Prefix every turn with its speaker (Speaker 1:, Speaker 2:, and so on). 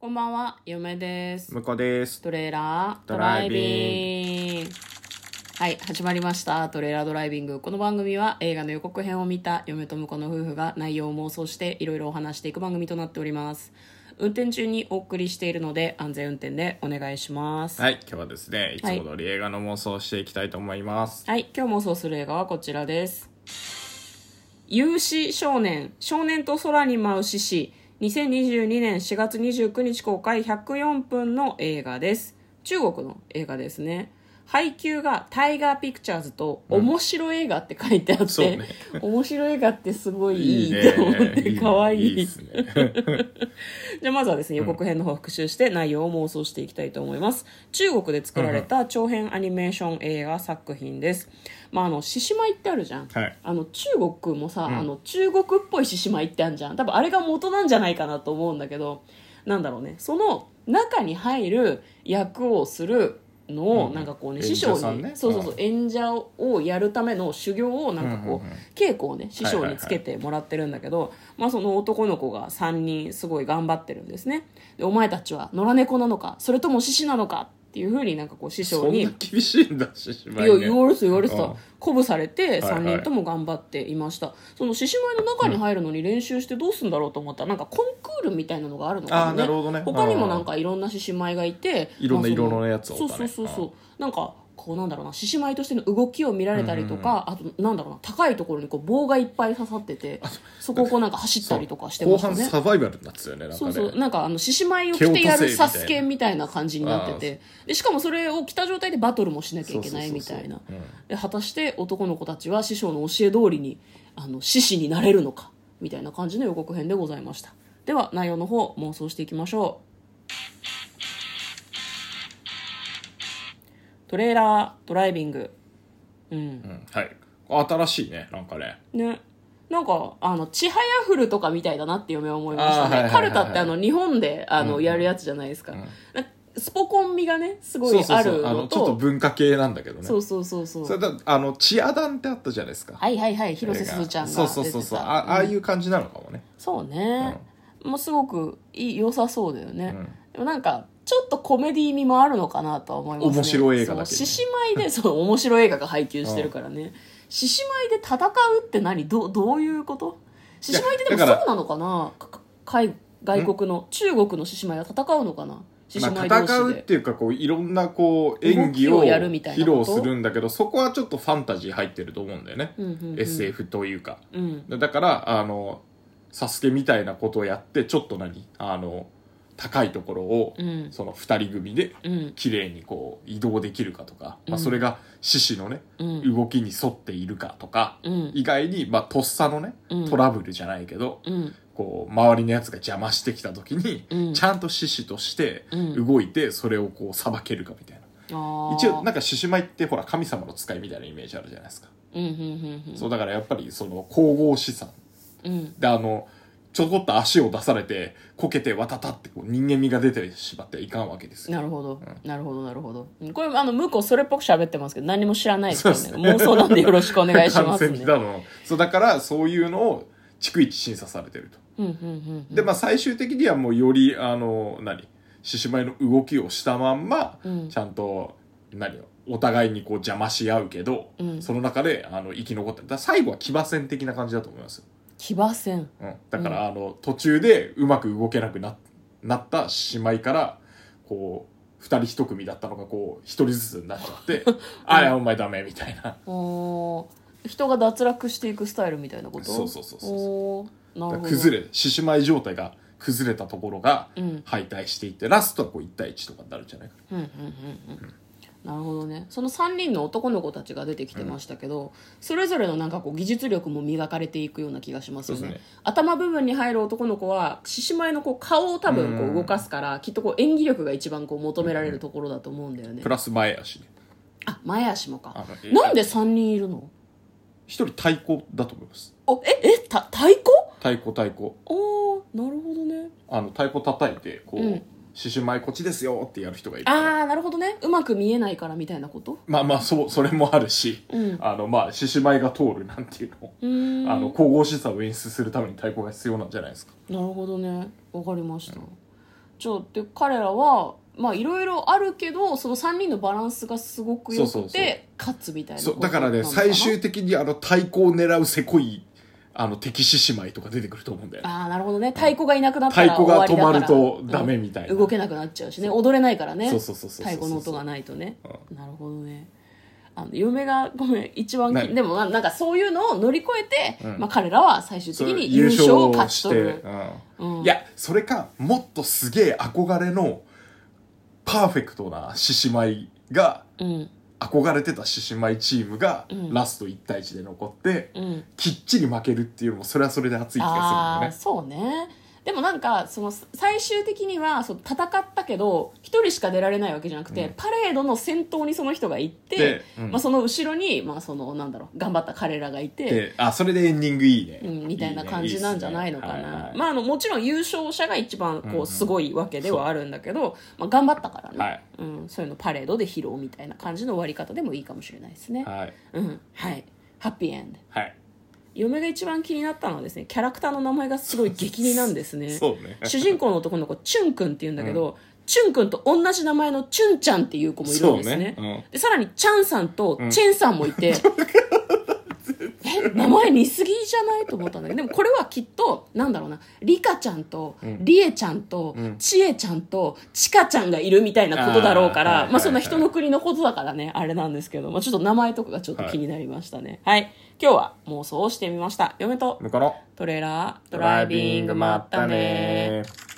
Speaker 1: こんばんは、嫁です。
Speaker 2: 向こうです。
Speaker 1: トレーラード
Speaker 2: ドライビ
Speaker 1: ング。はい、始まりました。トレーラードライビング。この番組は映画の予告編を見た嫁と婿の夫婦が内容を妄想していろいろお話していく番組となっております。運転中にお送りしているので安全運転でお願いします。
Speaker 2: はい、今日はですね、いつも通り映画の妄想をしていきたいと思います。
Speaker 1: はい、今日妄想する映画はこちらです。有志少年、少年と空に舞う獅子、2022年4月29日公開104分の映画です。中国の映画ですね。配給がタイガーピクチャーズと面白映画って書いてあって、
Speaker 2: そうね
Speaker 1: 面白映画ってすごいいいと思って、かわいい。
Speaker 2: いいですね。
Speaker 1: じゃあまずはですね予告編の方を復習して内容を妄想していきたいと思います中国で作られた長編アニメーション映画作品ですまああの獅子舞ってあるじゃん、
Speaker 2: はい
Speaker 1: あの中国もさ、あの中国っぽい獅子舞ってあるじゃん多分あれが元なんじゃないかなと思うんだけどなんだろうねその中に入る役をするのを、
Speaker 2: うん
Speaker 1: なんかこうね
Speaker 2: 演
Speaker 1: 師
Speaker 2: 者
Speaker 1: 匠
Speaker 2: さん
Speaker 1: に、
Speaker 2: ね
Speaker 1: そうそうそう
Speaker 2: う
Speaker 1: 演者をやるための修行をなんかこう、
Speaker 2: うんうんうん
Speaker 1: 稽古をね師匠につけてもらってるんだけど、まあ、その男の子が3人すごい頑張ってるんですねでお前たちは野良猫なのかそれとも獅子なのかっていうふうになんかこう師匠
Speaker 2: そん
Speaker 1: に
Speaker 2: な厳しいんだ、獅子
Speaker 1: い
Speaker 2: 舞
Speaker 1: や
Speaker 2: ね。
Speaker 1: 言われてた言われて
Speaker 2: う
Speaker 1: た
Speaker 2: ん
Speaker 1: 鼓舞されて
Speaker 2: はいはい
Speaker 1: 3人とも頑張っていました、その獅子舞の中に入るのに練習してどうすんだろうと思ったらなんかコンクールみたいなのがあるのか
Speaker 2: あーなるほどね
Speaker 1: 他にもなんかいろんな獅子舞がいて
Speaker 2: いろんな
Speaker 1: まあそ
Speaker 2: 色のやつを
Speaker 1: そうそうそうそうなんかこうなんだろうな獅子舞としての動きを見られたりとか、あとなんだろうな高いところにこう棒がいっぱい刺さっててそこをこうなんか走ったりとかしてま
Speaker 2: 後
Speaker 1: した
Speaker 2: 半
Speaker 1: ね
Speaker 2: サバイバルになってたよね、なんか
Speaker 1: そう
Speaker 2: ね。
Speaker 1: そうなんかあの獅子舞を着てや
Speaker 2: 蹴
Speaker 1: る
Speaker 2: 落
Speaker 1: サ
Speaker 2: とせみたいな
Speaker 1: スケみたいな感じになっててでしかもそれを着た状態でバトルもしなきゃいけないみたいな
Speaker 2: そうそうそうそう
Speaker 1: で果たして男の子たちは師匠の教え通りにあの獅子になれるのかみたいな感じの予告編でございましたでは内容の方妄想していきましょうトレーラードライビングうん
Speaker 2: うんはい。新しいね、なんかね。
Speaker 1: ねなんかあの「ちはやふる」とかみたいだなって嫁は思いましたね、
Speaker 2: あーはいはい
Speaker 1: カ
Speaker 2: はいは
Speaker 1: ル
Speaker 2: い
Speaker 1: タってあの日本であの、
Speaker 2: うん
Speaker 1: やるやつじゃないですか,、
Speaker 2: ん
Speaker 1: スポコン味がねすご
Speaker 2: そ
Speaker 1: いう
Speaker 2: そ
Speaker 1: あ
Speaker 2: うそ
Speaker 1: る
Speaker 2: う。あ
Speaker 1: の
Speaker 2: の、ちょっと
Speaker 1: と
Speaker 2: 文化系なんだけどね。
Speaker 1: そうそうそうそう
Speaker 2: それだあの、チアダンってあったじゃないですか。
Speaker 1: はいはいはい広瀬すずちゃんが出て
Speaker 2: そう
Speaker 1: た
Speaker 2: そうそうそう。あああいう感じなのかもね。
Speaker 1: そうね、もうすごくいい良さそうだよね、
Speaker 2: うん
Speaker 1: でもなんかちょっとコメディ味もあるのかなとは思いますね
Speaker 2: 面白い映画だけどね
Speaker 1: そう獅子舞でそう面白い映画が配給してるからね獅子舞で戦うって何どどういうこと獅子舞ってでも
Speaker 2: いや
Speaker 1: そ
Speaker 2: だから
Speaker 1: うなのかなかか海外国の中国の獅子舞は戦うのかな獅子
Speaker 2: まあ、
Speaker 1: 舞同
Speaker 2: 戦
Speaker 1: 士
Speaker 2: うっ
Speaker 1: で、
Speaker 2: ていうかこういろんなこう演技
Speaker 1: 動
Speaker 2: を
Speaker 1: きをやるみたいな
Speaker 2: 披
Speaker 1: こと
Speaker 2: 露するんだけどそこはちょっとファンタジー入ってると思うんだよね、
Speaker 1: うんうんうん
Speaker 2: SF というか
Speaker 1: うん
Speaker 2: だからあのサスケみたいなことをやってちょっと何あの高いところを、
Speaker 1: うん
Speaker 2: その2人組で
Speaker 1: うん
Speaker 2: 綺麗にこう移動できるかとか、
Speaker 1: う
Speaker 2: ま
Speaker 1: ん
Speaker 2: あ、それが獅子のね、
Speaker 1: うん
Speaker 2: 動きに沿っているかとか、
Speaker 1: うん
Speaker 2: 意外に、まあ、とっさのね
Speaker 1: うん
Speaker 2: トラブルじゃないけど、
Speaker 1: うん
Speaker 2: こう周りのやつが邪魔してきた時に、
Speaker 1: うん
Speaker 2: ちゃんと獅子として
Speaker 1: うん
Speaker 2: 動いてそれをこうさばけるかみたいな、
Speaker 1: あー
Speaker 2: 一応なんか獅子舞ってほら神様の使いみたいなイメージあるじゃないですか、
Speaker 1: うんうんうんうん
Speaker 2: そうだからやっぱりその神々しさ
Speaker 1: うん
Speaker 2: であのちょこっと足を出されてこけてわたたってこう人間味が出てしまってはいかんわけですよ
Speaker 1: なるほど、なるほどなるほどうんこれあの向こうそれっぽく喋ってますけど何も知らないですよね
Speaker 2: そうですね
Speaker 1: 妄想なんでよろしくお願いします
Speaker 2: 完全
Speaker 1: ね
Speaker 2: にだのそうだからそういうのを逐一審査されてると
Speaker 1: うんうんうんうん
Speaker 2: でまあ最終的にはもうよりあの何獅子舞の動きをしたまんま、
Speaker 1: うん
Speaker 2: ちゃんと何お互いにこう邪魔し合うけど、
Speaker 1: うん
Speaker 2: その中であの生き残ってだから最後は騎馬戦的な感じだと思いますよ、
Speaker 1: 騎馬戦
Speaker 2: うん、だから、あの途中でうまく動けなくななった獅子舞からこう2人1組だったのがこう1人ずつになっち ゃって「あいやお前ダメ」みたいな
Speaker 1: おー人が脱落していくスタイルみたいなこと
Speaker 2: そうそうそうそう
Speaker 1: おーな
Speaker 2: だ
Speaker 1: るほ
Speaker 2: から
Speaker 1: ど
Speaker 2: 崩れ獅子舞状態が崩れたところが
Speaker 1: うん
Speaker 2: 敗退していって、ラストはこう1対1とかになるんじゃないかな
Speaker 1: うんうんうんうんなるほどねその3人の男の子たちが出てきてましたけど、それぞれのなんかこう技術力も磨かれていくような気がしますよね
Speaker 2: そうです
Speaker 1: 頭部分に入る男の子は獅子舞のこう顔を多分こ
Speaker 2: う
Speaker 1: うん動かすから、きっとこう演技力が一番こう求められるところだと思うんだよね
Speaker 2: プ、ラス前足ね
Speaker 1: あ前足もか
Speaker 2: あのえ
Speaker 1: なんで3人いるの
Speaker 2: 一人太鼓だと思います
Speaker 1: おええた太鼓
Speaker 2: 太鼓太鼓
Speaker 1: おーなるほどね
Speaker 2: あの太鼓叩いてこう、
Speaker 1: うん
Speaker 2: 獅子舞こっちですよってやる人がいるから
Speaker 1: ああなるほどねうまく見えないからみたいなこと
Speaker 2: まあまあそうそれもあるし、
Speaker 1: うん
Speaker 2: あのまあ獅子舞が通るなんていうのを
Speaker 1: うーん
Speaker 2: あの神々しさを演出するために太鼓が必要なんじゃないですか
Speaker 1: なるほどねわかりました、長って彼らはまあいろいろあるけどその3人のバランスがすごく良
Speaker 2: そう
Speaker 1: く
Speaker 2: そうそう
Speaker 1: て勝つみたいな
Speaker 2: そう
Speaker 1: こと
Speaker 2: だから
Speaker 1: な
Speaker 2: ね
Speaker 1: の
Speaker 2: 最終的にあの太鼓を狙うせこいあの敵獅子舞とか出てくると思うんだよね
Speaker 1: ああなるほどね太鼓がいなくなった
Speaker 2: 太
Speaker 1: ら終
Speaker 2: 鼓
Speaker 1: わ
Speaker 2: が
Speaker 1: りだ
Speaker 2: 止
Speaker 1: か
Speaker 2: ま
Speaker 1: ら
Speaker 2: るとダメみたいな、
Speaker 1: 動けなくなっちゃうしね踊れないからね
Speaker 2: そうそうそうそうそう
Speaker 1: 太鼓の音がないとね、なるほどねあの嫁がごめん一番
Speaker 2: 何
Speaker 1: でもななんかそういうのを乗り越えて、
Speaker 2: うん
Speaker 1: まあ、彼らは最終
Speaker 2: そ
Speaker 1: 的
Speaker 2: う
Speaker 1: に優勝を勝ち
Speaker 2: し
Speaker 1: 取
Speaker 2: て
Speaker 1: る、
Speaker 2: うん
Speaker 1: うん
Speaker 2: いやそれかもっとすげえ憧れのパーフェクトな獅子舞が
Speaker 1: うん
Speaker 2: 憧れてた獅子舞チームが、
Speaker 1: うん
Speaker 2: ラスト1対1で残って、
Speaker 1: うん
Speaker 2: きっちり負けるっていうのもそれはそれで熱い気
Speaker 1: あ
Speaker 2: が
Speaker 1: ー
Speaker 2: す
Speaker 1: そうねでもなんかその最終的にはその戦ったけど一人しか出られないわけじゃなくて、
Speaker 2: うん
Speaker 1: パレードの先頭にその人が行って
Speaker 2: でうん
Speaker 1: まあ、その後ろに、まあ、そのなんだろう頑張った彼らがい
Speaker 2: る
Speaker 1: て
Speaker 2: よねであそれでエンディングいいね、
Speaker 1: うん、みたいな感じなんじゃないのかな。
Speaker 2: いいねいいっすねはいはい
Speaker 1: まあ、あの、もちろん優勝者が一番、
Speaker 2: うん
Speaker 1: こ
Speaker 2: う
Speaker 1: う、
Speaker 2: ん
Speaker 1: すごいわけではあるんだけど、まあ、頑張ったからね、
Speaker 2: はい
Speaker 1: うん、そういうのパレードで披露みたいな感じの終わり方でもいいかもしれないですね。
Speaker 2: はい
Speaker 1: うん、はい。ハッピーエンド。
Speaker 2: はい
Speaker 1: 嫁が一番気になったのはですね、キャラクターの名前がすごい激似なんですね。
Speaker 2: そうね
Speaker 1: 主人公の男の子、チュンくんって言うんだけど、チュンくんと同じ名前のチュンちゃんっていう子もいるんですね。
Speaker 2: そうね、
Speaker 1: で、さらに、チャンさんとチェンさんもい て、え、名前似すぎじゃないと思ったんだけど、でもこれはきっと、なんだろうな、リカちゃんと、リエちゃんと、チエちゃんと、チカちゃんがいるみたいなことだろうか
Speaker 2: あーはい
Speaker 1: ら、
Speaker 2: はい
Speaker 1: まあそんな人の国のことだからね、あれなんですけど、まあちょっと名前とかがちょっと気になりましたね。はい。今日は妄想をしてみました。嫁と
Speaker 2: うん、向こうの
Speaker 1: トレーラー、ド
Speaker 2: ド
Speaker 1: ライビング、まったね
Speaker 2: ー